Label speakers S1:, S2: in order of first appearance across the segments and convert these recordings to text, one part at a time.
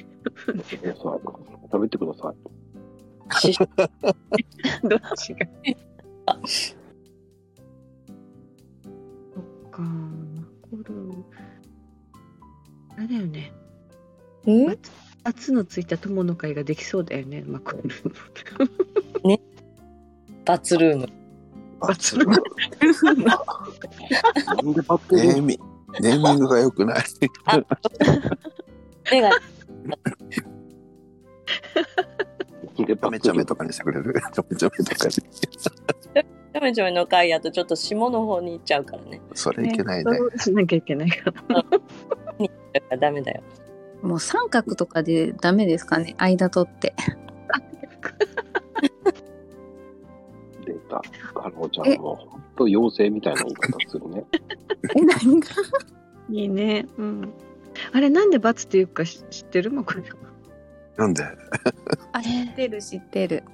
S1: ださい。食べてください。
S2: し どっちがね。そっか、残る。あれだよね。
S3: うん
S2: 圧のついた友の会ができそうだよね。マクル。
S3: バツルーム。
S2: 圧の。
S1: なんでバッ
S4: ネ
S1: テ
S4: ーミネーミングが良くない。
S3: 目が、
S1: リーでバ
S4: め
S1: ッ
S4: ち
S1: テ
S4: ゃ
S1: リ
S4: め
S1: ー
S4: とかにしてくれる。 めちゃめとかに。
S3: ちょめちょめの回やとちょっと下の方に行っちゃうからね。
S4: それいけないね。
S2: そうしなきゃいけないから。
S3: だからダメだよ。
S5: もう三角とかでダメですかね間取 って
S1: 出た。カロちゃんも、ほんと妖精みたいな言い方するね。
S5: え何が
S2: いいね。うん。あれなんで罰っていうかし知ってるマクル。
S4: なんで
S5: あ知ってる知ってる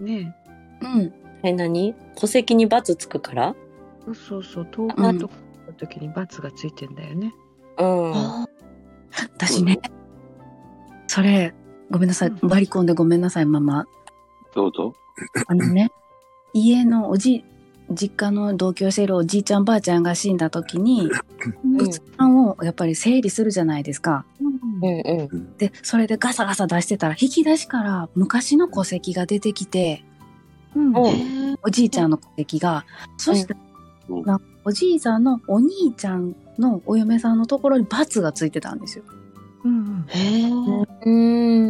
S2: ねえ。
S5: うん
S3: え、何戸籍にバツつくから
S2: そうそうそう。東京とかの時に罰がついてんだよね。
S3: うん。
S5: あー私ねそれごめんなさいバリコンでごめんなさいママ
S1: どうぞ。
S5: あのね家のおじ実家の同居しているおじいちゃんばあちゃんが死んだ時に
S3: うん
S5: 仏壇をやっぱり整理するじゃないですか。
S3: うんうん。
S5: でそれでガサガサ出してたら引き出しから昔の戸籍が出てきて
S2: うん
S3: おう
S5: おじいちゃんの戸籍が、そして
S1: うん
S5: なんかおじいさんのお兄ちゃんのお嫁さんのところに×がついてたんですよ。
S2: うん
S3: う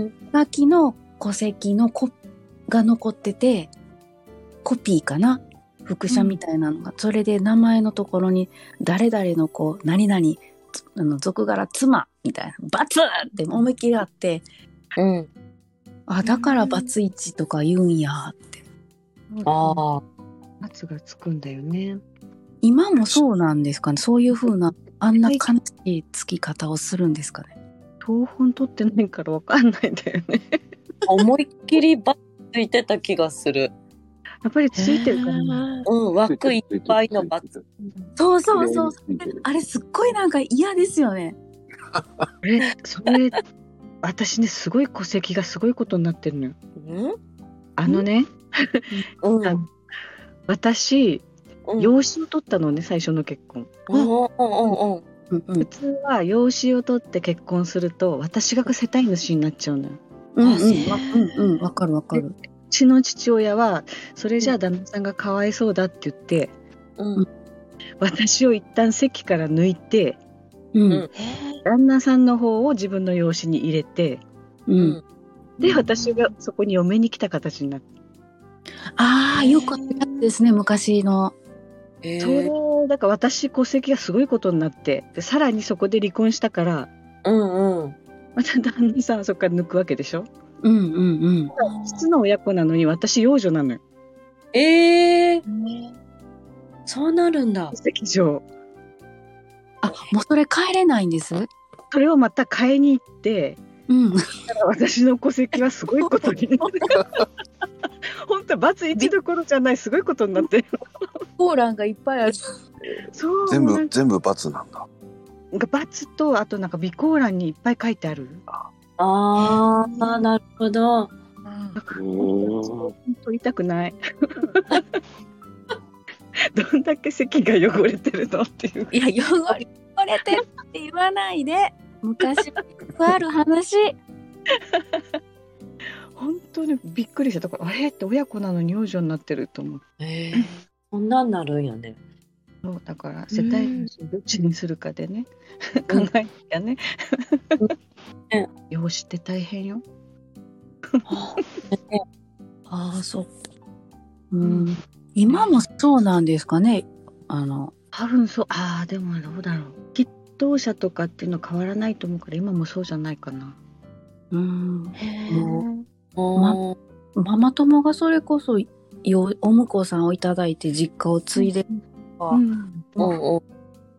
S3: ん。
S5: ガキの戸籍のコが残っててコピーかな副写みたいなのが、それで名前のところに誰々の子何々つあの俗柄妻みたいなバツって思いっきりあって
S3: うん。
S5: あだからバツイチとか言うんやって
S2: うん。
S3: ああ。
S2: 罰がつくんだよね。
S5: 今もそうなんですかねそういう風なあんな悲しい付き方をするんですかね
S2: 東本取ってないからわかんないんだよね。
S3: 思いっきりバツついてた気がする。
S2: やっぱりついてるからね。
S3: うん。枠いっぱいのバツ。
S1: ツ。
S5: そうそうそう
S1: ついてる
S5: あれすっごいなんか嫌ですよね
S2: あれそれ私ねすごい戸籍がすごいことになってるのよ
S3: うん
S2: あのね
S3: うん。
S2: あ私
S3: うん
S2: 養子を取ったのね最初の結婚
S3: うんうんうん。
S5: うんう
S2: 普
S5: ん
S2: 通は養子を取って結婚すると私が世帯主になっちゃうのよ
S5: うんうん
S3: あ
S5: わうんうんわかるわかる
S2: うちの父親はそれじゃあ旦那さんがかわいそうだって言って
S3: うん。
S2: 私を一旦席から抜いて
S5: うん
S3: うん
S2: 旦那さんの方を自分の養子に入れて
S5: う
S3: うんん。
S2: で私がそこに嫁に来た形になって
S5: ああよくあるやつですね昔の。
S3: え
S2: それ
S3: ー
S2: だから私戸籍がすごいことになってでさらにそこで離婚したから
S3: うんうん。
S2: また旦那さんはそこから抜くわけでしょ
S5: うんうんうん。
S2: 実の親子なのに私養女なのよ
S3: ええそうなるんだ
S2: 戸。籍上
S5: あもうそれ帰れないんです。うん。
S2: それをまた買いに行って
S5: うん
S2: だから私の戸籍はすごいことに なって本当は罰一どころじゃないすごいことになってる
S5: コーランがいっぱいある。
S2: そう
S4: 全
S2: な
S4: 部
S2: ん
S4: 全部罰なんだ。
S2: か罰とあとなんか備考欄にいっぱい書いてある
S3: ああ、なるほど。
S2: だから
S1: うーん
S2: 本当痛くない どんだけ席が汚れてるのっていう
S5: いや汚れ汚れてるって言わないで。昔よくある話。
S2: 本当にびっくりしたところあれって親子なのに養女になってると思って
S3: ええこんなんなるんやね。
S2: そうだから世帯主どっちにするかでね、考えなきゃね
S3: うん
S2: 養子って大変よ
S5: ああそう。うん。今もそうなんですかね。あの
S2: 多分そうああでもどうだろう筆頭者とかっていうのは変わらないと思うから今もそうじゃないかな
S5: うん
S3: うん。
S5: ママ友がそれこそよお婿さんをいただいて実家を継いで
S2: うんうん
S3: うんうん。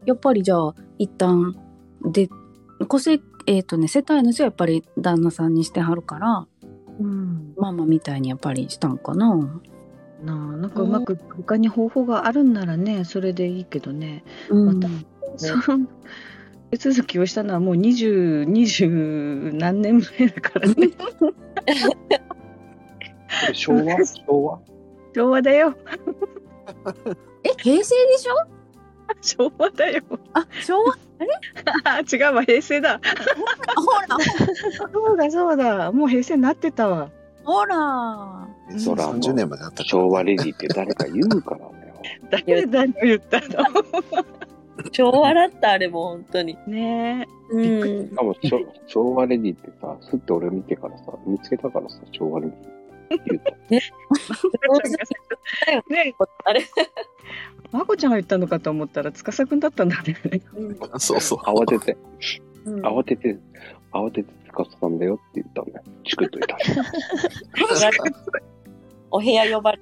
S5: やっぱりじゃあ一旦で個性えっ、とね世帯主はやっぱり旦那さんにしてはるから
S2: うん
S5: ママみたいにやっぱりしたんかな。
S2: なあなんかうまく他に方法があるんならねそれでいいけどね
S5: う
S2: またその
S6: 手続きをしたのはもう20、20何年前だからね。
S1: え昭和昭和
S6: 昭和だよ。
S5: え、平成でしょ
S6: 昭和だよ。
S5: あ、昭和。
S6: あ違うわ、平成だ。
S5: あ ほら、
S6: そうだ、そうだ。もう平成になってたわ。
S5: ほら。
S4: えそら、
S1: うん
S4: 30年まであったから
S1: 昭和レディって誰か言うからね。
S6: 誰が何を言ったの
S3: 超笑った、あれも本当に。
S6: ね
S3: うん
S1: し。かもしょ昭和レディってさ、すって俺見てからさ、見つけたからさ、昭和レディって言うと。
S6: え。ねえ
S3: あれ
S6: まこちゃんが言ったのかと思ったら、司くんだったんだね。
S4: そうそう。
S1: 慌てて、
S3: うん
S1: 慌てて、慌ててつかさんだよって言ったんだよ。チクっといた。
S3: お部屋呼ばれ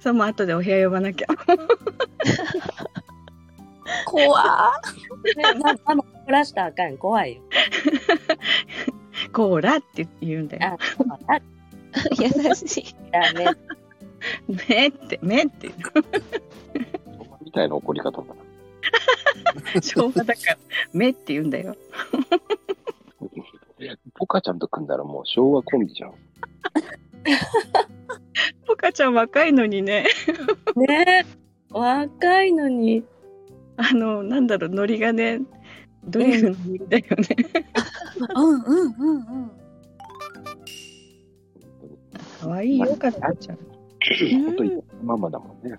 S6: さあ、もう後でお部屋呼ばなきゃ。
S5: 怖
S3: て、ね、マママ怒らしたらあかん、怖いよ。
S6: コーラって言うんだよ。
S3: あ、 あ
S2: 優しい。
S3: だね。
S6: めって、めって。
S1: みたいな怒り方だな。
S6: 昭和だから、めって言うんだよ。
S1: ポカちゃんと組んだらもう昭和コンビじゃん。
S6: ポカちゃん若いのにね、
S3: ね若いのに。
S6: あの、なんだろう、ノリがね、ドリフのノリだよね。
S5: うんうんうんうん。
S6: 可愛いよ、かなちゃん。
S1: 本当にママだもんね。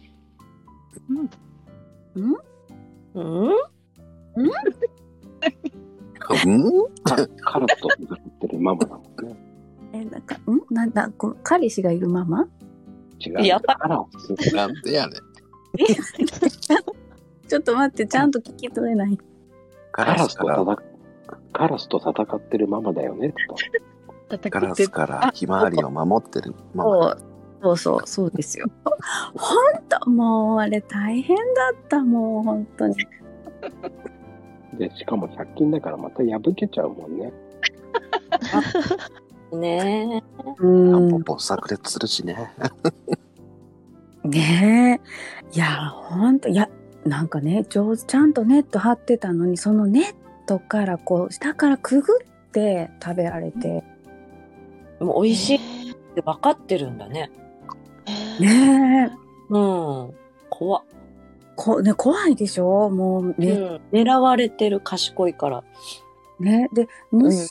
S3: うん
S4: うん
S1: カカラットって言ってるママだもんね。
S5: え、なんか、んなんだ、こう彼氏がいるママ
S1: 違う。
S3: やっぱ
S1: カラをする。
S4: なんでやねん。
S5: ちょっと待って、ちゃんと聞き取れない。
S4: ガ
S1: カラ
S4: ラ
S1: ス
S4: ス
S1: と
S4: から、
S1: 戦カラスと戦ってるママだよねと。
S4: ガ
S6: 叩
S4: ラ
S6: きて
S4: スからひまわりを守ってるママ。
S5: そう、そうそう、そうですよ。 ほんと、もうあれ大変だった、もう本当に。
S1: で、しかも100均だからまた破けちゃうもんね。
S3: ね
S4: タン
S5: う
S4: ポポ炸裂するしね。
S5: ん。ねえ。いや、ほんと、いや、なんかね、上手、ちゃんとネット張ってたのに、そのネットからこう、下からくぐって食べられて。
S3: もう美味しいって分かってるんだね。
S5: ねえ。
S3: うん。怖っ
S5: こね、怖いでしょもうめっ
S3: 狙われてる賢いから。
S5: ね、で虫、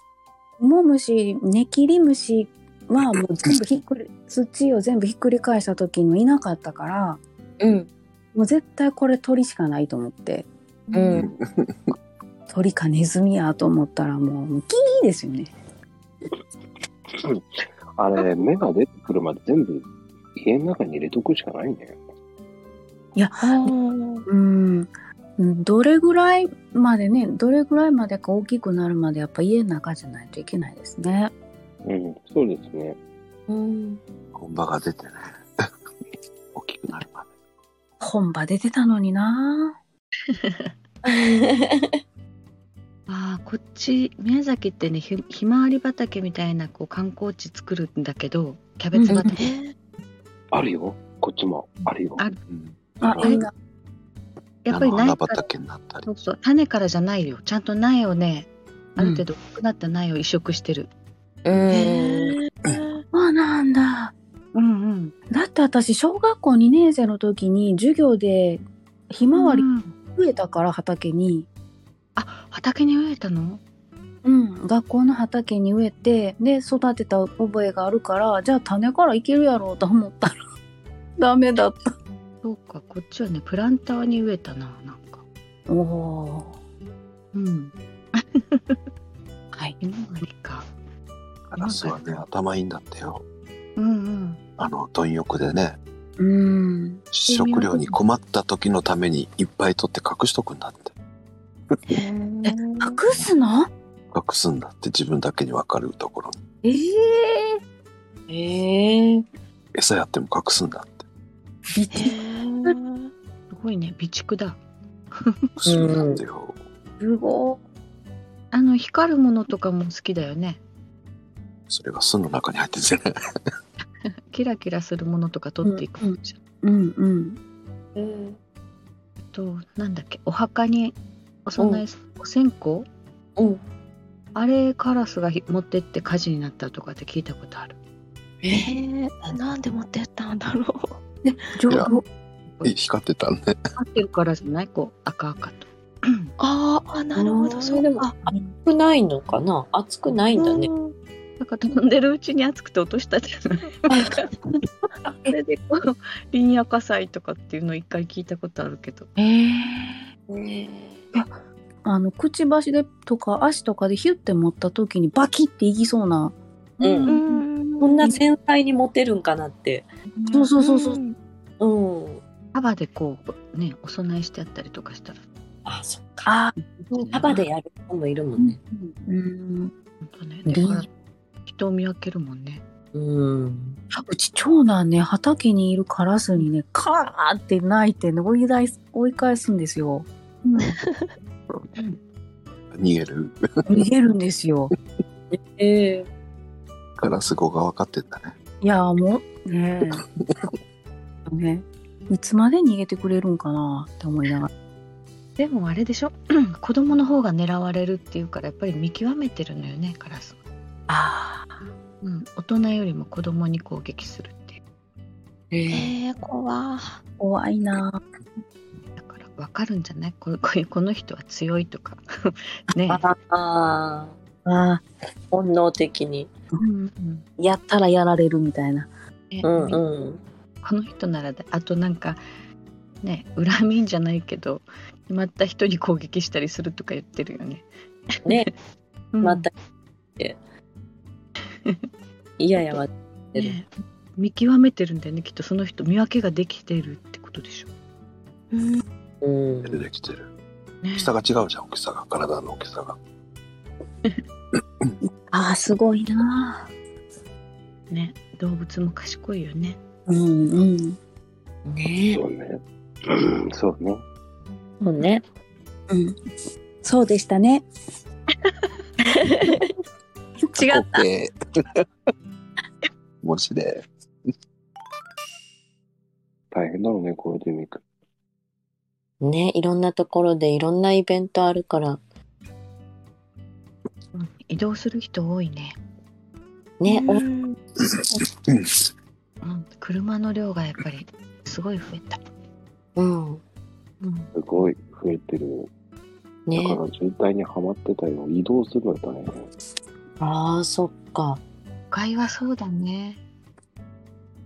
S5: もムシネキリムシはも う全部ひっくり土を全部ひっくり返した時にもいなかったから
S3: うん。
S5: もう絶対これ鳥しかないと思って
S3: うん。
S5: 鳥かネズミやと思ったらもうもうキーですよね
S1: あれ、芽が出てくるまで全部家の中に入れとくしかないんだよ。
S5: うんどれぐらいまでねどれぐらいまでか大きくなるまでやっぱ家の中じゃないといけないですね
S1: うん、そうですね。
S3: うん。
S4: 本場が出てね。 大きくなるま
S5: 本場出てたのにな
S2: ああこっち宮崎ってねひひまわり畑みたいなこう観光地作るんだけどキャベツ畑
S1: あるよ。こっちもあるよ。
S2: あ
S4: で。うん
S5: あいいな
S2: やっぱり
S4: 菜の
S2: 苗
S4: 花
S2: から
S4: 畑になったり
S2: そう。そう種からじゃないよちゃんと苗をねある程度大きくなった苗を移植してる、
S3: うん。
S5: あなんだ
S2: うん、うん
S5: だって私小学校2年生の時に授業でひまわり
S2: うん
S5: 植えたから畑に、
S2: あ畑に植えたの
S5: うん、学校の畑に植えてで育てた覚えがあるからじゃあ種からいけるやろうと思ったら ダメだった
S2: そうかこっちはねプランターに植えたななんか
S5: おお
S2: うん
S5: はい
S2: ひまわりか
S4: ガラスはね、頭いいんだってよ。
S2: うんうん
S4: あの、貪欲でね、
S5: うん
S4: 食料に困った時のためにいっぱい取って隠しとくんだって。
S5: 隠すの
S4: 隠すんだって自分だけに分かるところに。
S5: ええ
S3: ええ。
S4: 餌やっても隠すんだって。
S2: すごいね備蓄だ
S4: 隠すんだってよ。
S5: すご
S2: あの光るものとかも好きだよね
S4: それが巣の中に入っててね。
S2: キラキラするものとか取っていくんじゃん、
S5: いうんうん
S3: うん。
S2: あとなんだっけお墓にお供えすお線香
S3: うん。
S2: あれカラスがひ持ってって火事になったとかって聞いたこと ある
S3: え
S7: えー、なんで持ってったんだろう。
S5: 情
S4: いや
S5: 報
S4: え光ってたね。
S2: 合ってるからじゃないこう赤々と
S7: あーあ、なるほど、そう
S3: でも
S7: か。
S3: 熱くないのかな熱くないんだね。
S7: うん
S2: なんか飛んでるうちに熱くて落としたじゃ ないそれでこう林野火災とかっていうのを一回聞いたことあるけど
S5: えー
S3: ね
S5: あのくちばしでとか足とかでヒュッて持った時にバキっていきそうな、
S3: う。
S7: うんん
S3: こんな繊細に持てるんかなって。
S5: そうそうそうそう、
S7: ん
S3: うん。
S2: 束でこうねお供えしてあったりとかしたら
S3: あ、そっか。
S5: あ
S3: 束でやる人もいるもんね。
S5: うん
S2: 本当ね
S5: 林
S2: だから人を見分けるもんね
S3: うん。
S5: うち長男ね畑にいるカラスにねカーって鳴いてね追い出す追い返すんですよ
S4: 逃げる。
S5: 逃げるんですよ
S3: ええ
S4: ガラス語が分かってんだね。
S5: いやもうねえねいつまで逃げてくれるんかなって思いながら
S2: でもあれ でしょ子供の方が狙われるっていうからやっぱり見極めてるのよねカラスは、
S5: ああ
S2: うん、大人よりも子供に攻撃するっていう
S7: えー、怖
S5: 怖いな
S2: だから分かるんじゃない こここの人は強いとか ね
S3: ああ
S5: あ
S3: ー、本能的に。
S2: うんうん
S5: やったらやられるみたいな
S2: ね
S3: うんうん。
S2: この人ならだあとなんかね恨みんじゃないけど決まった人に攻撃したりするとか言ってるよね。
S3: ね、
S2: うん
S3: またって。いやいや、わってる。
S2: ね見極めてるんだよねきっとその人見分けができてるってことでしょ。
S3: うん。
S4: 出てきてる。
S2: ね
S4: 大きさが違うじゃん、大きさが。体の大きさが。
S5: ああすごいな
S2: ね動物も賢いよね。
S5: うんうん
S3: ね
S1: そうね。うん、そうね。
S3: そうね。
S5: うんそうでしたね
S3: 違う。
S4: た。 文字で。
S1: 大変だろうね、ゴールデンウィーク。
S3: ね、いろんなところでいろんなイベントあるから、
S2: うん移動する人多いね。
S3: ね、
S7: う
S3: お
S7: ん
S4: うん
S2: うん、車の量がやっぱりすごい増えた。
S3: うん、
S2: うん、
S1: すごい増えてる。だ
S3: ね
S1: か、ら渋滞にはまってたよ。移動するのが大変。
S3: ああ、そっか。
S2: 都会はそうだね。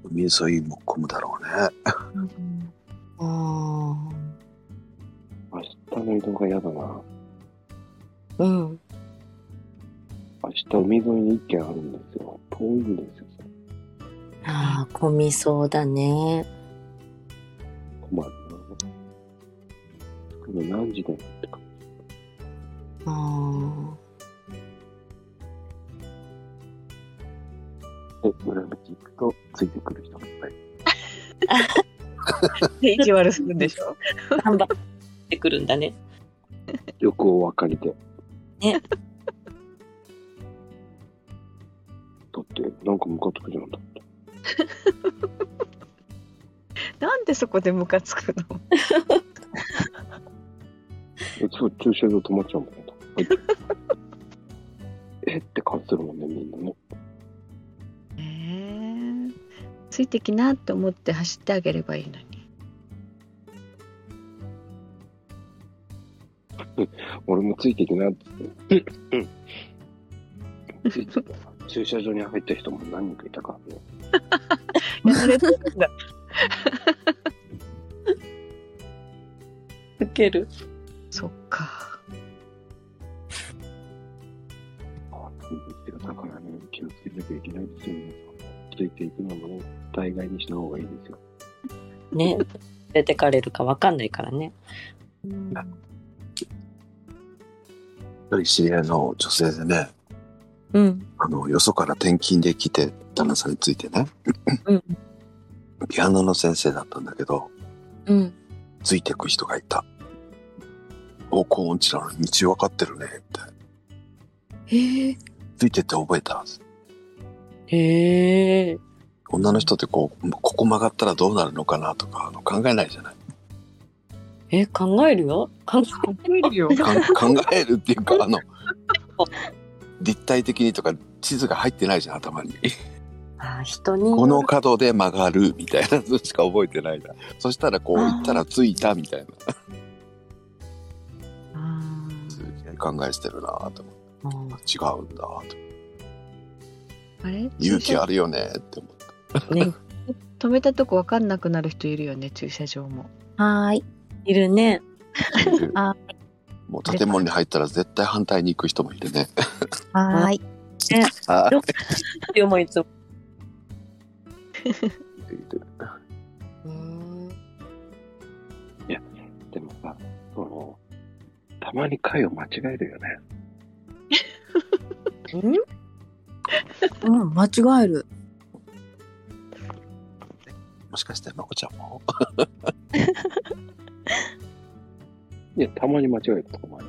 S4: 海沿いも混むだろうね。
S2: うん、
S3: あ
S1: 明日の移動が嫌だな。
S3: あ、うん、
S1: 明日海沿いに一軒あるんですよ。遠いんですよ。
S3: ああ、混みそうだね。
S1: 困るな。でも何時だよってか。
S3: ああ、
S1: で、裏道行くと、ついてくる人がいっぱい。
S2: で意地悪するんでしょ。
S3: 頑張ってくるんだね。
S1: よくお分かりで。
S3: ね
S1: だって、なんかムカつくじゃん。だって
S2: なんでそこでムカつく の。
S1: いつも駐車場止まっちゃうもんね。 えって感じするもんね、みんなね。
S2: えーついてきなって思って走ってあげればいい のに
S1: 俺もついていけないっつって。ついてきた駐車場に入った人も何人かいたからね。
S2: やられてるんだ
S3: 受ける。
S2: そっ か
S1: あそうですよだからね、気をつけなきゃいけないですよ、皆さん。ついていくのも、大概にした方がいいですよ。
S3: ね、出てかれるかわかんないからね。
S2: うん
S4: 一人知り合いの女性でね、
S3: うん、
S4: あの、よそから転勤で来て、旦那さんについてね。
S3: うん
S4: ピアノの先生だったんだけど、
S3: うん。
S4: ついてく人がいた。方向音痴なのに道分かってるね、って。
S5: へえ
S4: ついてって覚えた。
S3: へえ、
S4: 女の人ってこう、ここ曲がったらどうなるのかなとか、あの考えないじゃない。
S3: え、考えるよ。考
S6: えるよ。
S4: かん考えるっていうかあの立体的にとか地図が入ってないじゃん頭に
S3: あー人に。
S4: この角で曲がるみたいなのしか覚えてないなそしたらこう行ったら着いたみたいな
S6: あ
S4: 考えしてるなぁと思って違うんだぁと
S2: あれ
S4: 勇気あるよねって思って
S3: ね、
S2: 止めたとこわかんなくなる人いるよね駐車場も
S5: はーい。
S3: いるね。
S5: あ
S4: もう建物に入ったら絶対反対に行く人もいるね
S5: はーい。
S4: あ
S3: でもいつも。
S4: ーいる
S1: でもさ、その、たまに回を間違えるよね。
S5: うん、間違える。
S4: もしかしてまこちゃんも
S1: いや、たまに間違えるとこもある。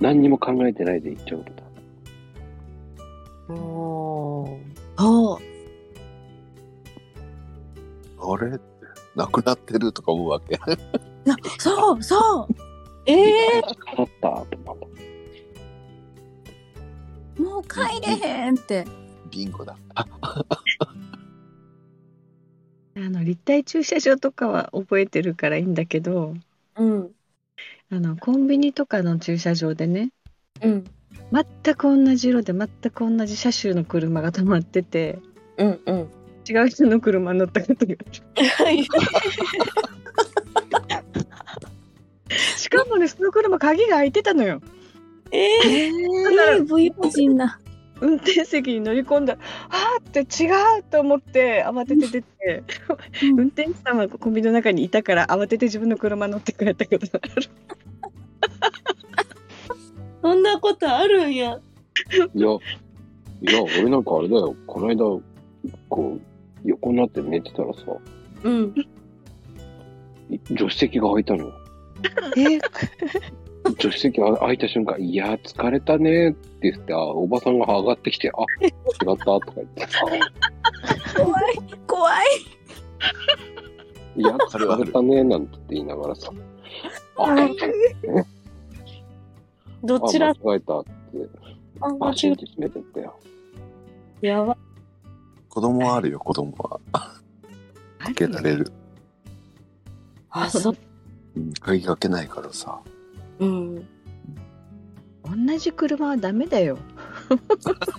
S1: 何にも考えてないで行っちゃうことだ。
S3: お
S5: そう。
S4: あれってなくなってるとか思うわけ
S5: なそうそ
S3: ええ
S1: かかったと思った。
S5: う。もう帰れへんって。
S4: ビンゴだ
S2: あの立体駐車場とかは覚えてるからいいんだけど
S3: うん。
S2: あのコンビニとかの駐車場でね
S3: うん。
S2: 全く同じ色で全く同じ車種の車が止まってて
S3: うん。うん。
S2: 違う人の車に乗ったことがあるしかもね、その車鍵が開いてたのよ。
S3: ええ
S5: ええ不用心な。
S2: 運転席に乗り込んだら、あーって違うと思って、慌てて出て、
S5: うん
S2: 運転手さんはコンビニの中にいたから、慌てて自分の車乗ってくれたことがある。
S3: そんなことあるんや。
S1: いや、いや、俺なんかあれだよ。この間、こう、横になって寝てたらさ、
S3: うん。
S1: い助手席が空いた のよ。
S7: え
S1: 助手席あ空いた瞬間、いや、疲れたねって言って、あ、おばさんが上がってきて、あ、違ったとか言ってさ、
S5: 怖い怖い。
S1: いや、疲れたねなんて言いながらさ、あ、間違
S3: どちら。
S1: えたって、
S3: あ間
S1: バシ
S3: 違
S1: ン
S3: え
S1: って閉めてったよ。
S3: たやば。
S4: 子供はあるよ子供はかけられる、
S3: あ、そう。
S4: うん、鍵かけないからさ
S3: うん。
S2: 同じ車はダメだよ。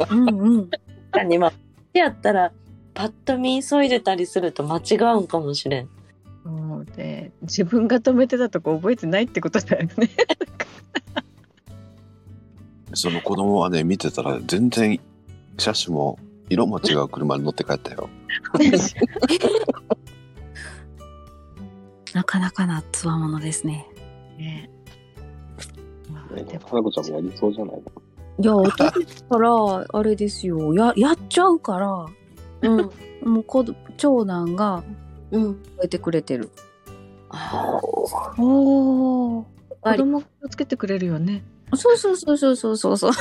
S5: うんうん。
S3: 確かに、まあ。やったら。パッと見急いでたりすると間違うんかもしれん。
S2: もうね、自分が止めてたとこ覚えてないってことだよね。
S4: その子供はね見てたら全然車種も色も違う車に乗って帰ったよ
S5: なかなかなつわものですね。
S2: ねまあ
S1: ね
S2: でも
S1: 花子ちゃんもやりそうじゃない
S5: いや、私からあれですよ。ややっちゃうから、
S3: うん。
S5: もう子ど長男が
S3: うん。
S5: 覚えてくれてる。
S3: あ
S7: おお。
S5: ぱ
S2: 子
S5: り
S2: 供気をつけてくれるよね。
S5: そうそうそうそうそうそうそう。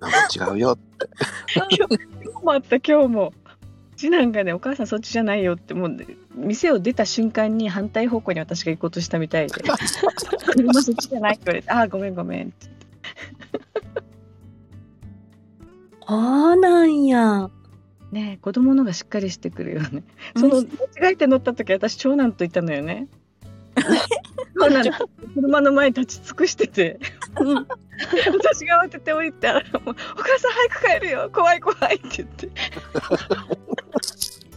S4: なんか違うよ
S2: 今日もあった今日も次男がねお母さんそっちじゃないよってもうね店を出た瞬間に反対方向に私が行こうとしたみたいで車そっちじゃないって言われてああごめんごめんって
S3: あ。ああなんや。
S2: ねえ子供のがしっかりしてくるよねその間違えて乗った時私長男と行ったのよ ね長男と車の前に立ち尽くしてて
S3: うん。
S2: 私が慌てて降りたら「もうお母さん早く帰るよ怖い怖い」って言って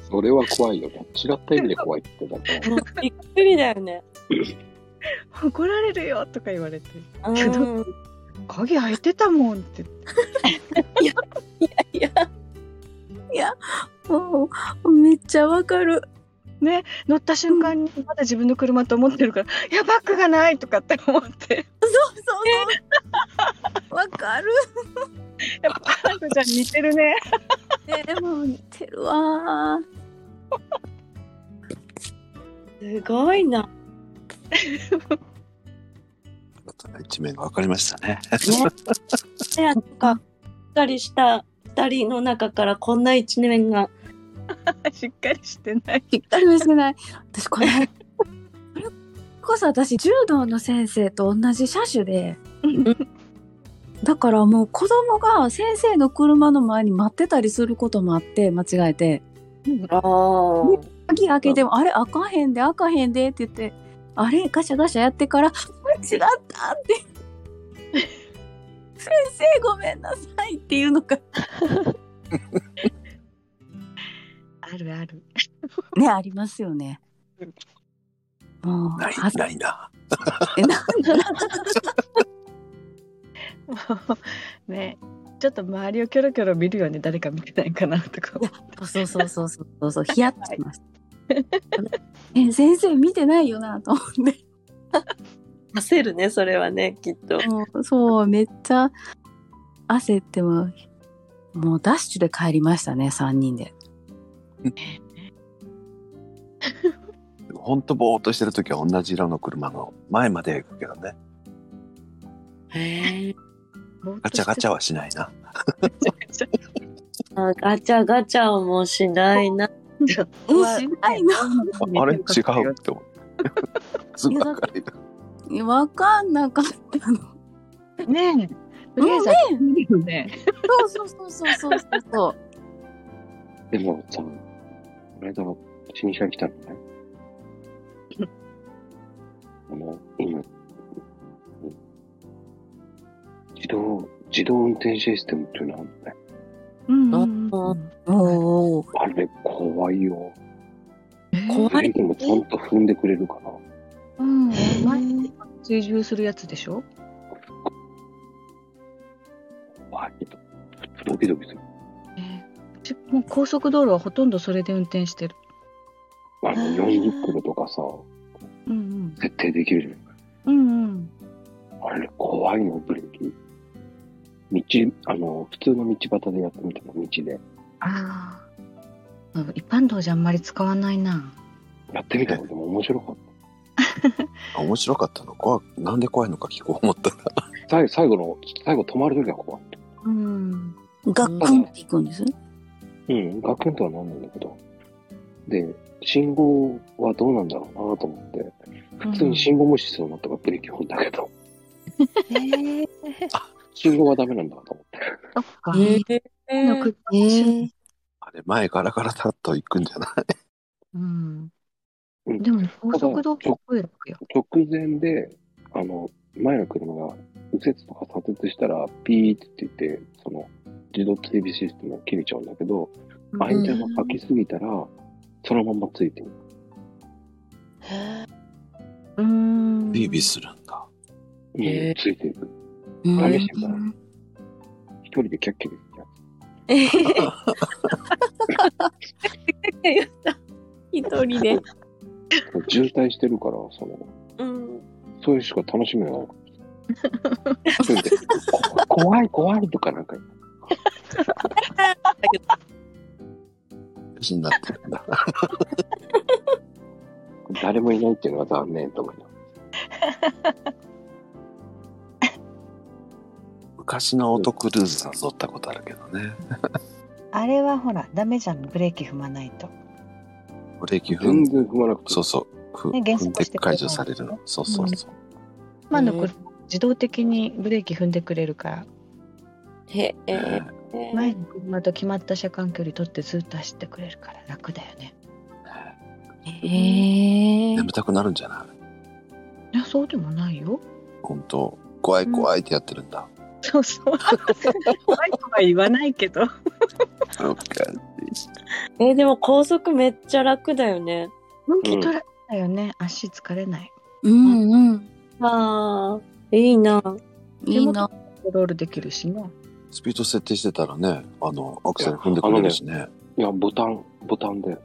S1: それは怖いよね。違った意味で怖いって言ってたから。
S3: びっくりだよ ね。
S2: 「怒られるよ」とか言われて
S3: うん。
S2: けど
S3: い
S2: 「鍵開いてたもん」って言って
S3: や。
S5: もうめっちゃわかる。
S2: 乗った瞬間にまだ自分の車と思ってるから「いやバッグがない!」とかって思 って
S5: そうそう。わかる。
S2: やっぱ花子ちゃん似てるね
S5: ね、もう似てるわー。
S3: すごいな。
S4: 一面が分かりましたね
S3: ね、なんか、二人した、二人の中からこんな一面が。
S2: しっかりしてない。
S5: しっかり見せない。私これ、 それこそ私柔道の先生と同じ車種で
S3: ん、
S5: だからもう子供が先生の車の前に待ってたりすることもあって間違えて
S3: あー
S5: 鍵開けても「あれ開かへんで開かへんで」って言って「あれガシャガシャやってから間違った」って 「先生ごめんなさい」っていうのが
S2: あるある。
S5: ねありますよね。もう
S4: ない
S5: 恥ず
S4: ないな。
S5: えな
S2: もう ね、ちょっと周りをキョロキョロ見るよね、誰か見てないかなとか。
S5: そうそうそうそうそうそうヒヤッとします。え先生見てないよなと思って
S3: 焦るねそれはねきっと。
S5: もうそうめっちゃ焦ってももうダッシュで帰りましたね3人で
S4: ほんとぼーっとしてる時は同じ色の車の前まで行くけどね。
S3: へえ。
S4: ガチャガチ
S2: ャ。
S4: ャはしないな。
S3: あガチャガチャをもうしないな。
S5: えしないの
S4: ああれ違うって思う。すぐ分かる。
S5: いやわかんなかったの
S2: ねえ。
S5: もうね
S2: 見るよね。
S5: そうそうそうそうそうそうそう
S1: でも、その、この間の新車来たのね。 あの、今、自動、自動運転システムっていうのあるのね。
S2: うん
S3: うんう
S5: おー
S1: あれ、怖いよ。
S3: 怖
S1: ブレ
S3: い。
S1: ーキもちゃんと踏んでくれるから。
S2: うん。前に追従するやつでしょ
S1: 怖いと。ドキドキする。
S2: ちもう高速道路はほとんどそれで運転してる。
S1: あの、40キロとかさ、
S2: うん
S1: 設定できるじゃない
S2: うん。うんうん。
S1: あれ、怖いの、ブレーキ。道、あの、普通の道端でやってみたの、道で。
S2: ああ。うん一般道じゃあんまり使わないな。
S1: やってみたのでも面白かっ
S4: 面白かったの怖くなんで怖いのか聞こう思ったら。
S1: た。最後、最後の、最後止まるときは怖い。
S2: うん。
S5: ガックンっていくんです
S1: うん、ガクンとはなんないんだけど。で、信号はどうなんだろうなと思って、普通に信号無視しそうになったからブレーキ踏んだけど、
S7: え
S1: 信号はダメなんだと思って。
S2: そっか。
S3: へ
S2: の
S3: え
S2: 車
S5: えー、
S4: あれ前ガラガラだと行くんじゃない
S2: うん。
S1: うん
S2: でも高速道路超えるよ。
S1: 直前で、あの、前の車が右折とか左折したら、ピーって言って、その、自動追尾システムが切れちゃうんだけど、
S2: うん
S1: 間が空きすぎたら、そのままついてる。
S2: うん。
S4: ビービーするんだ。
S1: う
S3: へ
S1: ん
S3: え
S1: ついていく。
S5: うん
S1: 試してみたら、一人でキャッキャできるや
S3: えへ へ
S5: 一人で
S1: つ。渋滞してるから、その、
S3: うん
S1: そういうしか楽しみがない。一人でこ怖い怖いとかなんか
S4: 死になってるんだ。
S1: 誰もいないっていうのは残念と思います。
S4: 昔のオートクルーズさん乗ったことあるけどね。
S2: あれはほら、ダメじゃん、ブレーキ踏まないと。
S4: ブレーキ踏
S1: 全
S4: んで、
S1: 然踏まなくて
S4: そうそう。ふ
S2: ね減
S4: 踏ん
S2: 速
S4: で
S2: してくれない
S4: 解除されるの。そうそうそう。
S2: 今の車、自動的にブレーキ踏んでくれるから、
S3: へえ。
S2: 前の車と決まった車間距離取ってずっと走ってくれるから楽だよね。
S5: えー
S4: 眠、たくなるんじゃない
S2: いや、そうでもないよ。
S4: 本当怖い怖いってやってるんだ。
S2: そうそう。怖いとは言わないけ ど。
S4: そうか
S3: えーでも高速めっちゃ楽だよね。
S2: 運気取られたよね、足疲れない。
S5: うんうん
S3: ああいいな。
S5: いいな
S2: コントロールできるしね。
S4: スピード設定してたらね、あの、アクセル踏んでくれるしね。
S1: いや、ボタン、ボタンで、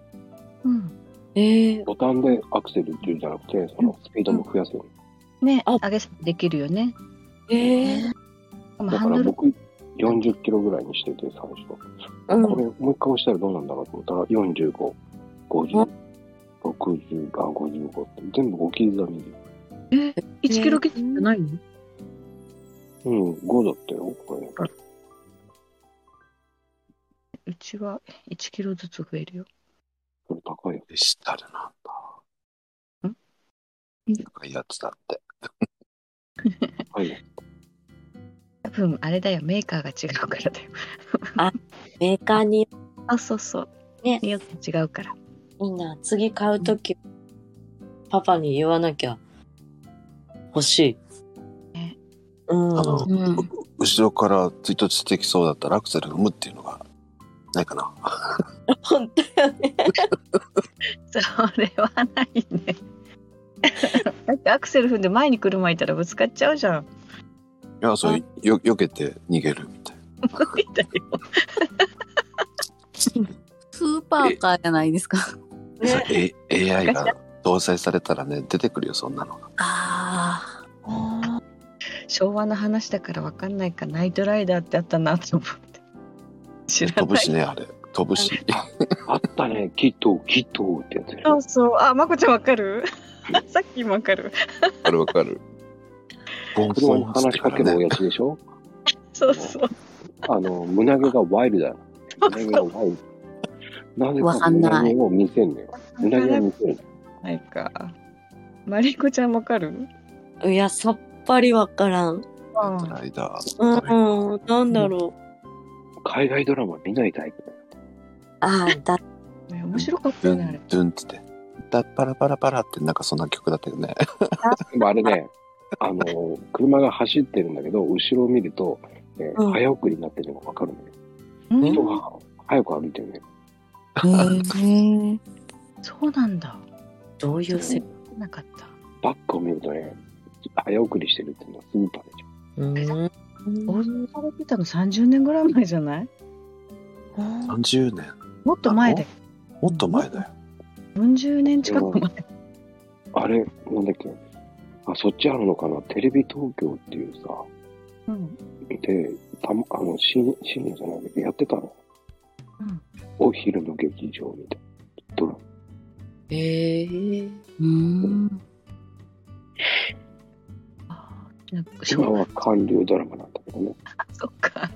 S2: うん。
S3: ええ
S1: ボタンでアクセルっていうんじゃなくて、そのスピードも増やすよ。
S2: ね、
S3: あ
S2: 上げ下げできるよね。
S3: ええ
S2: でも
S1: だ
S2: ハン
S1: から
S2: ドル、
S1: 僕、40キロぐらいにしてて、最初。
S3: うん
S1: これ、もう一回押したらどうなんだろうと思ったら、45、50、60が55って、全部5刻みで。
S2: 1キロ切ってないの
S1: うん、5だったよ、これ。
S2: うちは1キロずつ増えるよ。
S1: これ高いよ。
S4: デジタルなんだ。
S2: ん
S4: 高いやつだって。
S1: はい。
S2: 多分あれだよメーカーが違うからだよ
S3: メーカーに
S2: あそうそう
S3: ね
S2: によって違うから
S3: みんな次買うとき、パパに言わなきゃ欲しい
S2: ね。
S3: うん
S4: あ。の、
S5: うん
S4: う後ろから追突してきそうだったらアクセル踏むっていうのがないかな。
S3: 本当よね。
S2: それはないね だってアクセル踏んで前に車いたらぶつかっちゃうじ ゃん
S4: いや、そう、よ、避けて逃げるみたいな。
S2: 無理だよ
S5: スーパーカーじゃないですか。
S4: それ A- AI が搭載されたらね、出てくるよ、そんなのが。
S5: ああ。
S2: 昭和の話だからわかんないかナイトライダーってあったなと思って知ら
S4: 飛ぶ
S2: ない
S4: しね、あれ。飛ぶし。
S1: あったね、キット、キットってやつでし
S2: そ
S1: ょ
S2: う。そうあまこちゃんわか るさっきもわかる
S4: あれわかる。ボン
S1: 車
S4: ボ
S1: に
S4: ンつっ
S1: 話
S4: て
S1: し
S4: か
S1: からけるお
S4: ね。
S1: やつでしょ
S2: そうそう
S1: あの、胸毛がワイルだ。胸毛がワイルド。なぜ
S5: わ
S1: か
S5: かんな
S1: 胸
S5: い
S1: 毛を見せんのよ。胸毛を見せる。
S2: ないかマリコちゃんわかる
S3: いや、さっぱりわからん。
S4: ライダー。
S3: うん、なんだろう。
S1: 海外ドラマ見ないタイプだよ。
S3: ああ、だ、
S2: ね面白かった
S4: ド
S2: よ
S4: ゥ
S2: ねあれ
S4: ン、ドゥンって言って。だパラパラパラってなんかそんな曲だったよね。
S1: でもあれね、あの、車が走ってるんだけど、後ろを見ると、えー
S3: うん
S1: 早送りになってるのがわかるのよ。
S2: うん
S1: 人が早く歩いてるね。
S5: へえ。
S2: そうなんだ
S3: どういうせ。
S2: なかった
S1: バックを見るとね、早送りしてるっていうのはスーパーでしょ。
S3: うん。
S2: 放送されてたの30年ぐらい前じゃない
S4: 30年。
S2: もっと前だよ
S4: もっと前だよ。
S2: 40年近く前
S1: あれ、なんだっけ。あ、そっちあるのかなテレビ東京っていうさ、
S2: うん
S1: で、たま、あの、深深夜じゃないけど、やってたの。
S2: うん
S1: お昼の劇場みたいな。ドラマ
S3: ええ。
S5: うん。
S2: あーなんか
S1: 今は韓流ドラマなんだけどね。
S2: そっ か。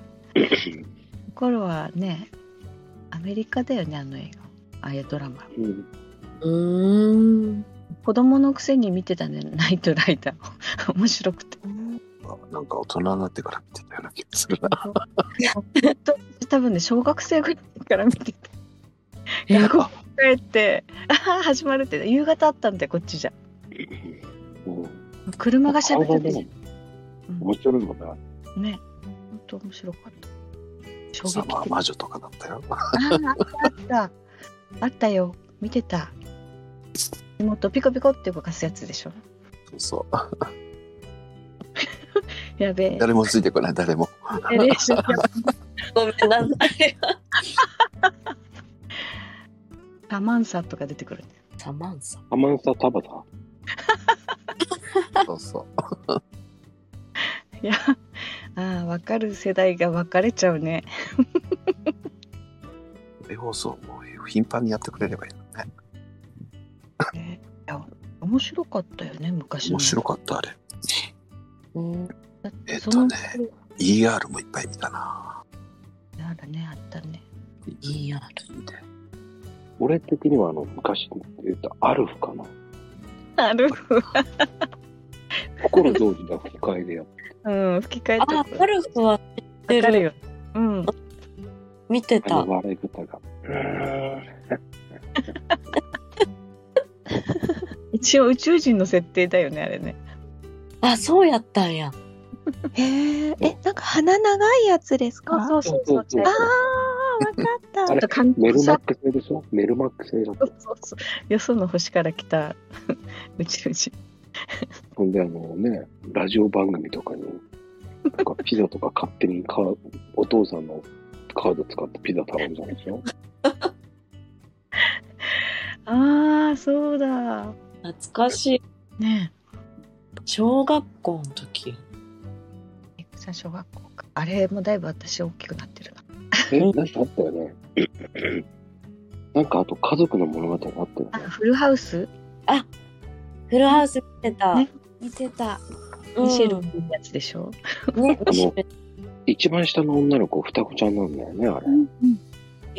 S2: 頃はね、アメリカだよね、あの映画。ああいうドラマ。
S1: うん。
S3: うん。
S2: 子供のくせに見てたね、ナイトライターを。 面白くて。
S4: なんか大人になってから見てたような気がするな。
S2: 多分ね、小学生ぐらいから見てた。学校帰って、ああ、始まるって、夕方あったんだよ、こっちじゃ。
S1: もう
S2: 車が喋ってたじゃん
S1: 面白いもんな。
S2: うん。ね。本当面白かった。衝
S4: サ
S2: 撃
S4: マー
S2: 的。
S4: 魔
S2: あ
S4: 女とかだったよ。
S2: あ、あった。あったよ。見てた。もっとピコピコって動かすやつでしょ。
S4: そうそう。
S2: やべえ。
S4: 誰もついてこない、誰も。
S2: 練習やばい
S3: ごめんなさい。
S2: サマンサとか出てくるね。
S3: サマンサ。
S1: アマンサ・タバタ。
S4: そうそう。
S2: いや、ああ、分かる世代が分かれちゃうね。
S4: レ放送も頻繁にやってくれればいいのね。
S2: ねいや面白かったよね、昔の。
S4: 面白かった、あれ。
S3: うん。
S2: だって
S4: えっ
S2: そ
S4: と
S2: の
S4: ね、ER もいっぱい見たな。
S2: あるね、あったね。
S3: いいや。
S1: 俺的には、あの、昔って言ったアルフかな。
S2: ある。
S1: 心同時が吹き替えでやっ
S2: うん、吹き替え
S3: あ
S2: て
S3: あ、ゴルフは知って
S2: 分かる
S3: る。
S2: よ。うん。
S3: 見て
S1: た。あ
S3: た
S1: の。笑い方が。
S2: 一応宇宙人の設定だよね、あれね。
S3: あ、そうやったんや。
S7: へえ。え、なんか鼻長いやつですか。
S2: そうそうそうそう。
S1: う
S7: あ
S1: う
S7: あ、わかった。
S1: あれ
S2: あと韓
S1: メ
S2: 国
S1: ルマッ
S2: さ
S1: ク製でしょメルマック製だった
S2: そうそうそう。よその星から来た宇宙人。
S1: ほんで、あのね、ラジオ番組とかに、なんか ピザとか勝手にカーお父さんのカード使ってピザ頼んじゃうんでしょ
S2: ああ、そうだ。
S3: 懐かしい。
S2: ねえ。
S3: 小学校の時。
S2: さん小学校かあれもだいぶ私大きくなってるな
S1: え、なんかあったよね。 なんかあと家族の物語あったよ
S2: あ
S1: ね。
S2: フルハウス
S3: フルハウス見てた。
S2: ね
S7: 見てた。
S3: うん
S2: ミシェルのやつでしょ、
S3: ね、
S1: あの、一番下の女の子、双子ちゃんなんだよね、あれ。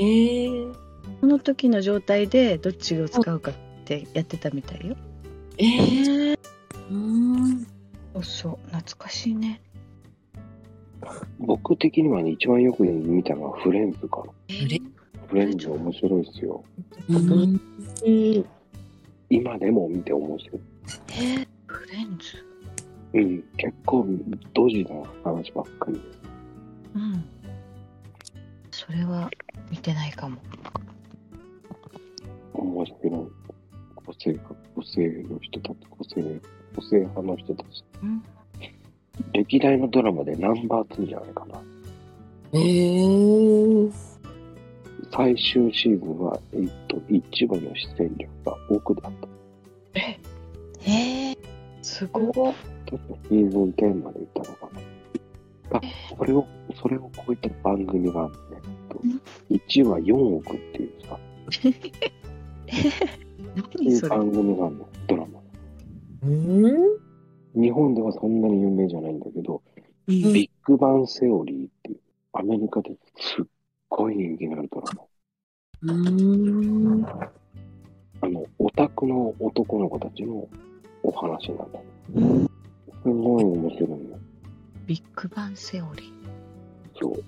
S3: ええー。
S2: この時の状態でどっちを使うかってやってたみたいよ。
S3: えー、うーん。
S2: そうそう、懐かしいね。
S1: 僕的にはね、一番よく見たのはフレンズかな。
S3: フレ
S1: フレンズ面白いですよ。
S3: うん。うん
S1: 今でも見て面白い。
S2: えーフレンズ。
S1: うん、結構ドジな話ばっかりで。
S2: うん。それは見てないかも。
S1: 面白い。個性が、個性の人たち、個性、個性派の人たち。
S2: うん
S1: 歴代のドラマでナンバー2じゃないかな。
S3: えー、
S1: 最終シーズンは、えっと、一部の出演力が奥だった。
S7: ええ
S2: すごい。
S1: 確かシーズン10まで行ったのかな。あ、これを、それを超えた番組があって、えっと、1は4億っていうさ、
S2: 何
S1: そういう
S2: それ。
S1: 番組があるの、ドラマ。
S3: うん
S1: 日本ではそんなに有名じゃないんだけど、ビッグバンセオリーっていう、アメリカですっごい人気のあるドラマ。
S3: うん。
S1: あの、オタクの男の子たちのお話なんだ。すごい面白いの。
S2: ビッグバンセオリー。
S1: そう。
S2: うん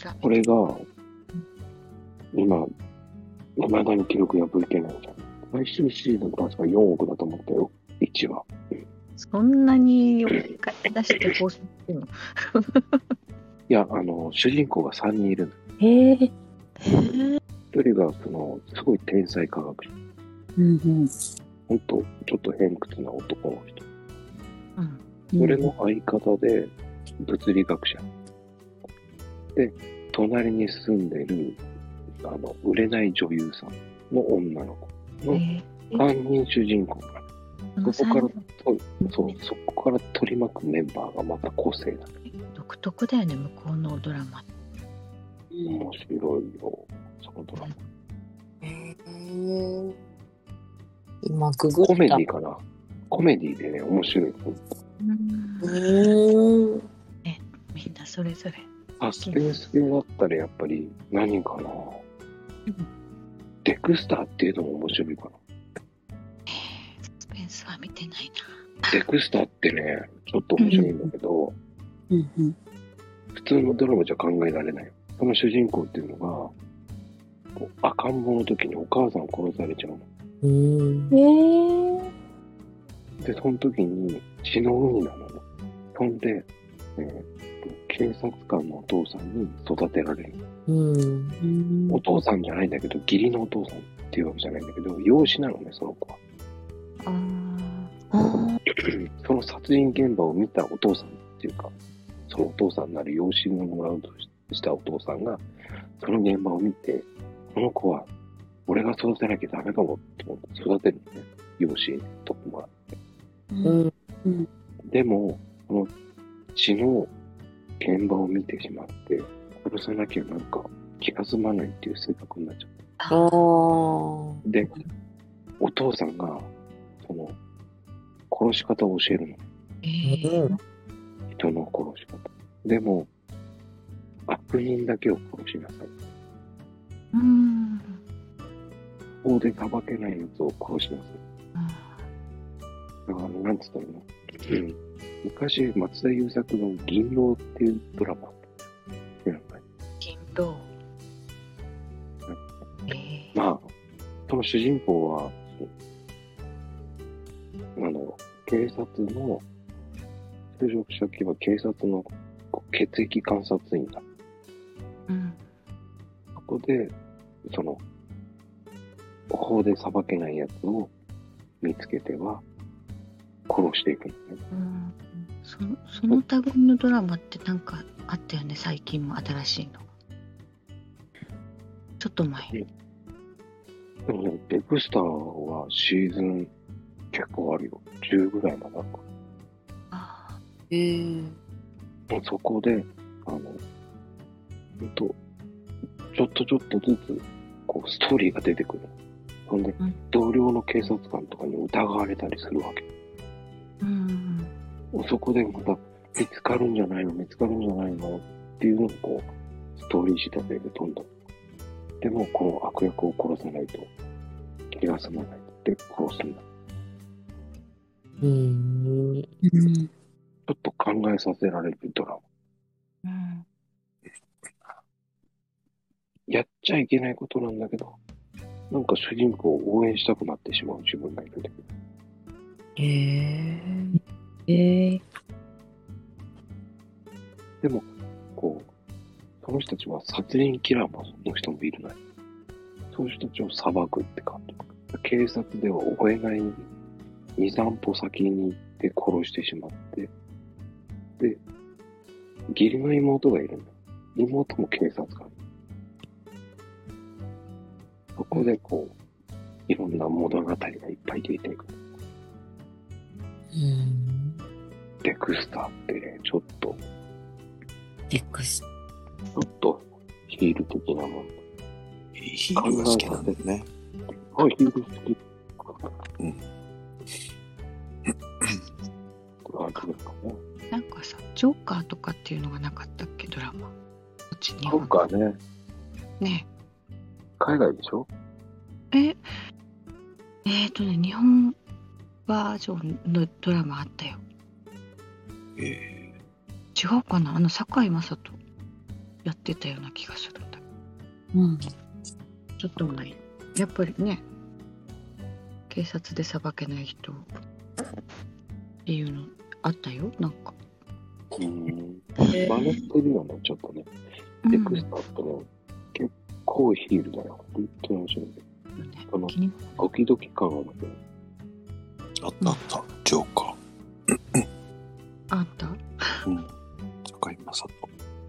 S2: 調べ
S1: これが、今、未だに記録破りけないじゃん。毎週シーズン確か4億だと思ったよ。1話。
S2: そんなにお金出してこうしてんの。
S1: いや、あの、主人公が3人いるの。
S3: えー、
S1: 一人が、その、すごい天才科学者。
S5: うんうん
S1: ほんと、ちょっと偏屈な男の人。
S2: うん。
S1: それの相方で、物理学者。で、隣に住んでる、あの、売れない女優さんの女の子の
S2: え
S1: 3人主人公が、
S2: ー、
S1: そこから
S2: この
S1: とそう、そこから取り巻くメンバーがまた個性だ。
S2: 際独特だよね、向こうのドラマ。
S1: 面白いよ、そのドラマ。
S3: えー、今ググった
S1: コメディかなコメディでね、面白い。
S2: うん
S3: うーん
S2: みんなそれぞれ。
S1: サスペンス系だったらやっぱり何かな、デクスターっていうのも面白いかな。
S2: サスペンスは見てない
S1: デクスターってね、ちょっと面白いんだけど、
S5: うんうん
S1: 普通のドラマじゃ考えられない。この主人公っていうのが、こう赤ん坊の時にお母さん殺されちゃうの。
S3: うん。
S1: で、その時に血の海なのね。そんで、えーと警察官のお父さんに育てられる。
S3: うん。
S5: うん
S1: お父さんじゃないんだけど、義理のお父さんっていうわけじゃないんだけど、養子なのね、その子は。
S2: な。あ
S1: その殺人現場を見たお父さんっていうか、そのお父さんなる養子にもらうとしたお父さんが、その現場を見て、この子は、俺が育てなきゃダメかもって思って育てるのね。養子に取ってもらう
S3: うん。
S1: でも、この血の現場を見てしまって、殺さなきゃなんか気が済まないっていう性格になっちゃう。
S3: ああ。
S1: で、お父さんが、その、殺し方を教えるの。
S2: えー
S1: 人の殺し方。でも、悪人だけを殺しなさい。
S2: うん。
S1: 法で裁けない奴を殺しなさい。だから、なんつったらいいの、うん、昔、松田優作の銀狼っていうドラマあった。なんか
S2: 銀狼。えー、
S1: まあ、その主人公は、あの、警察の、就職先は警察のこう血液観察員だ。
S2: うん。
S1: そこで、その、法で裁けないやつを見つけては、殺していくんだね。
S2: うんそのその類のドラマってなんかあったよね最近も新しいのちょっと前
S1: でもね、デクスターはシーズン結構あるよ。10ぐらいまであるか
S2: あ
S3: えー、
S1: ら。もうそこで、あの、ほんと、ちょっとちょっとずつ、こう、ストーリーが出てくる。ほんで、
S2: うん
S1: 同僚の警察官とかに疑われたりするわけ。
S2: ーうん
S1: そこでまた見つかるんじゃないの見つかるんじゃないのっていうのをこう、ストーリー仕立てでどんどんでも、この悪役を殺さないと気が済まないって殺すんだ。
S3: うーん。
S5: うん
S1: ちょっと考えさせられるドラマ。やっちゃいけないことなんだけど、なんか主人公を応援したくなってしまう自分がいるんだけど、
S3: へえ。
S5: ええ
S1: でも、こう、その人たちは殺人キラーもの人もいるのよ。そういう人たちを裁くって感じ。警察では追えない2、3歩先に行って殺してしまって、で、義理の妹がいるんだ。妹も警察官。そこでこう、いろんな物語がいっぱい出てくる。
S3: うん。
S1: デクスターってね、ちょっと、
S3: デックス。
S1: ちょっとヒール的なもん。
S4: ヒールが好きなんだよね。
S1: あ、ヒール好き。
S4: うん。
S1: これあれかも。
S2: なんかさ、ジョーカーとかっていうのがなかったっけ、ドラマ。こっち日
S1: そう
S2: 本
S1: かね。
S2: ね。
S1: 海外でしょ
S2: え、えっ、とね、日本バージョンのドラマあったよ。
S4: え
S2: 違うかなあの、堺雅人やってたような気がするんだけ
S5: うん
S2: ど。ちょっと前。やっぱりね、警察で裁けない人っていうのあったよ、なんか。
S1: うん。
S5: え
S1: 真似してるよね、ちょっとね。
S2: うん
S1: デクスターってね、結構ヒールだよ。本当に面白い。
S2: ね
S1: この
S2: 気に
S1: ドキドキ感はなく
S4: ーあったあった。ジョーカ
S2: あんた
S4: ー。うん。坂井雅人。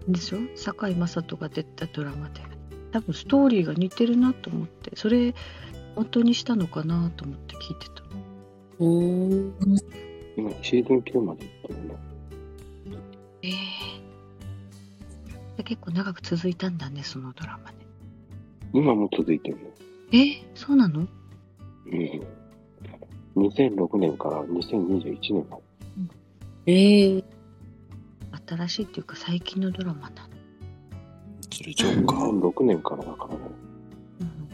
S2: でしょ堺雅人が出たドラマで多分ストーリーが似てるなと思ってそれ元にしたのかなと思って聞いてた
S3: うーん。
S1: 今、シーズン9まで行ってるね。
S2: ええ結構長く続いたんだねそのドラマね
S1: 今も続いてるね。
S2: えー、そうなの
S1: うん。2006年から2021年まで。
S3: ええ。
S2: 新しいっていうか最近のドラマなの、
S4: それジョーカー。
S1: 2006年からだからね。
S2: うん、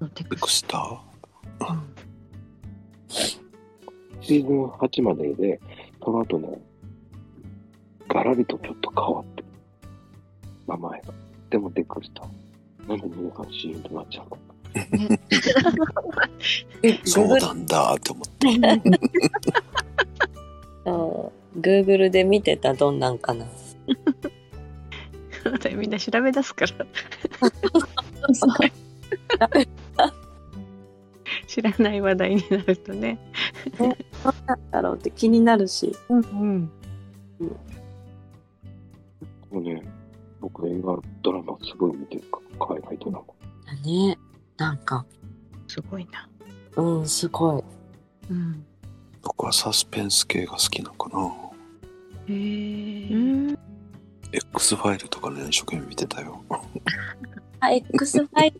S2: のテ
S4: エ
S2: ク
S4: ク
S2: ス
S4: スター。
S2: うん
S1: シーズン8までで、その後ね、ガラリとちょっと変わってる、名前が。でもデクスター。なんで皆さん CM となっちゃうの
S4: そうなんだって思って。
S3: そう。Google で見てたどんなんかな。
S2: そうだよみんな調べ出すから 知らない話題になるとね
S3: なんだろうって気になるし。
S2: うんうん
S1: もうね、僕映画、ドラマすごい見てるから、海外ドラマ。
S3: だね。なんか、
S2: すごいな
S3: うん、すごい。
S2: うん
S4: 僕はサスペンス系が好きなのかな。
S2: へえ
S7: うん
S4: X ファイルとかね、一生懸命見てたよ。
S3: あ、X ファイル。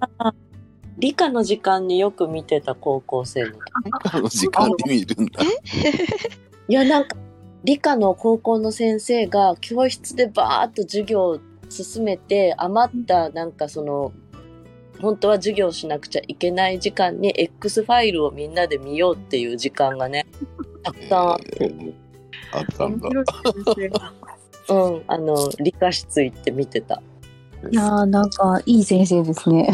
S3: 理科の時間によく見てた高校生の時。
S4: あの時間で見るんだ。
S3: いや、なんか、理科の高校の先生が教室でバーっと授業を進めて、余った、なんかその、本当は授業しなくちゃいけない時間に X ファイルをみんなで見ようっていう時間がね、たくさんあっ
S4: えーあったんだ。
S3: うん、あの理科室行って見てた。
S5: いやーなんかいい先生です ね。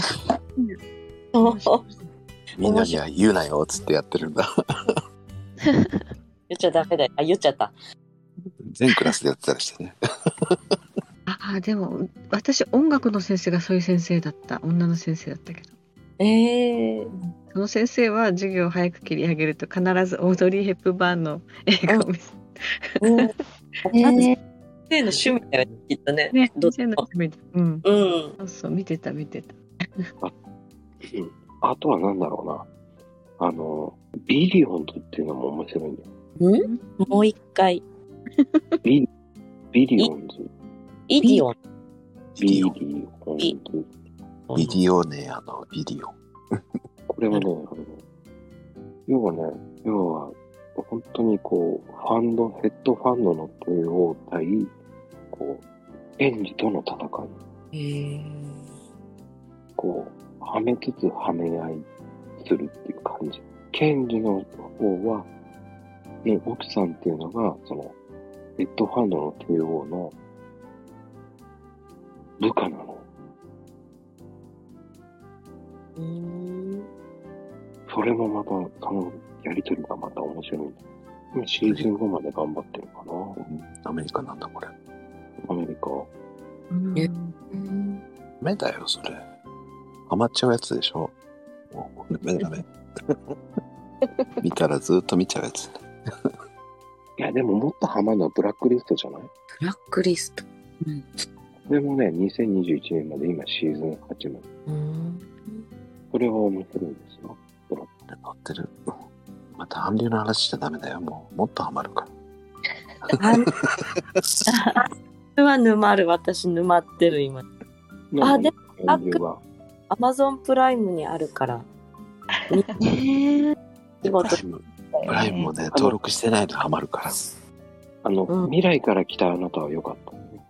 S4: みんなには言うなよっつってやってるんだ。
S3: 言っちゃダメだよ。あ、言っちゃった。
S4: 全クラスでやってたりしてね。
S2: ああでもう私音楽の先生がそういう先生だった女の先生だったけど
S3: ええ
S2: その先生は授業を早く切り上げると必ずオードリー・ヘップバーンの映画を見せ
S3: うん。
S5: ええ
S3: 先生の趣味だよね、きっとね。
S2: て、ね、
S3: ど
S2: 先生のためにうん
S3: うん。
S2: そうそう見てた見てた
S1: うんあとはなんだろうな。あの、ビリオンズっていうのも面白いんだよ。
S3: もう一回。
S1: ビ、ビリオンズ。
S3: イディオン。
S1: ビ
S4: ビ
S1: リオ
S4: デ
S1: ン
S4: オ
S1: ズ。
S4: ビデオね、あの、ビデオ。
S1: これはね、あの要はね、要は、本当にこう、ファンド、ヘッドファンドの帝王対、こう、権利との戦い。
S3: へえ
S1: こう、はめつつはめ合いするっていう感じ。検事の方は、もう奥さんっていうのが、その、ヘッドファンドの帝王の部下なの。
S3: うーん
S1: それもまた、そのやりとりがまた面白い。今シーズン5まで頑張ってるかな、
S4: アメリカなんだこれ。
S1: アメリカ。
S3: うん
S4: ダメだよ、それ。ハマっちゃうやつでしょ。もう、ダメ ダメ。見たらずっと見ちゃうやつ。
S1: いや、でももっとハマるのはブラックリストじゃない
S3: ブラックリスト。
S1: でもね、2021年まで今シーズン8まで。
S3: うん
S1: これは面白いですよ。
S4: 乗ってる。また韓流の話しちゃダメだよ。もう、もっとハマるから。
S3: それは沼る。私沼ってる今。あで
S1: も、韓流は。
S3: アマゾンプライムにあるから。
S7: ねえ
S3: 仕事
S4: プライムもね、登録してないとハマるから。
S1: あの、
S3: うん
S1: 未来から来たあなたは良かったね。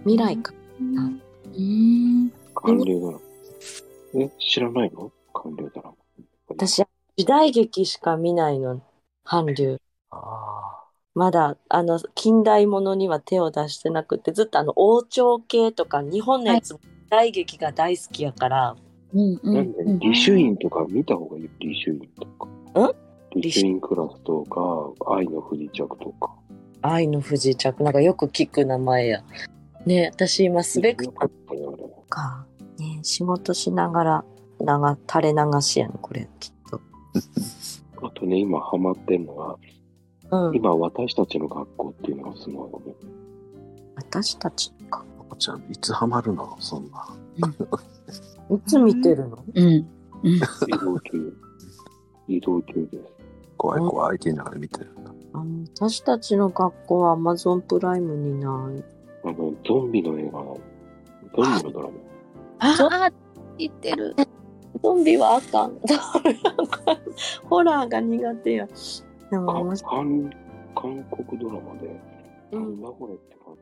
S3: 未来か。
S5: うん。
S1: 韓流ドラマ。え、知らないの韓流ドラマ。
S3: 私、時代劇しか見ないの。韓流。
S1: あ
S3: まだ、あの、近代ものには手を出してなくて、ずっとあの、王朝系とか、日本のやつ、時代劇が大好きやから、
S5: うん
S1: あ。
S5: う
S1: なん
S5: ん
S1: で、
S5: うん。
S1: リシュインとか見た方がいいよ。リシュインとか。
S3: ん
S1: リシュインクラスとか、愛の不時着とか。
S3: 愛の不時着、なんかよく聞く名前や。ね私今、すべく
S1: よかったよ、あれ。
S3: か、ね仕事しながら、長、垂れ流しやん、これ、きっと。
S1: あとね、今ハマってるのが、
S3: うん。
S1: 今私たちの学校っていうのがすごいよね。
S3: 私たちか。
S4: ここちゃん、いつハマるのそんな。
S3: いつ見てるの
S5: うん。
S1: 移動中。移動中です。
S4: 怖い怖いって言いながら見てる。
S3: あの私たちの学校は Amazon プライムにない。
S1: あの、ゾンビの映画の、ゾンビのドラマ。
S5: ああ、言ってる。
S3: ゾンビはあかん。 ホラーが苦手や。でも面
S1: か
S3: 白い
S1: 韓韓国ドラマで、
S3: う
S1: なんんだこれって感じ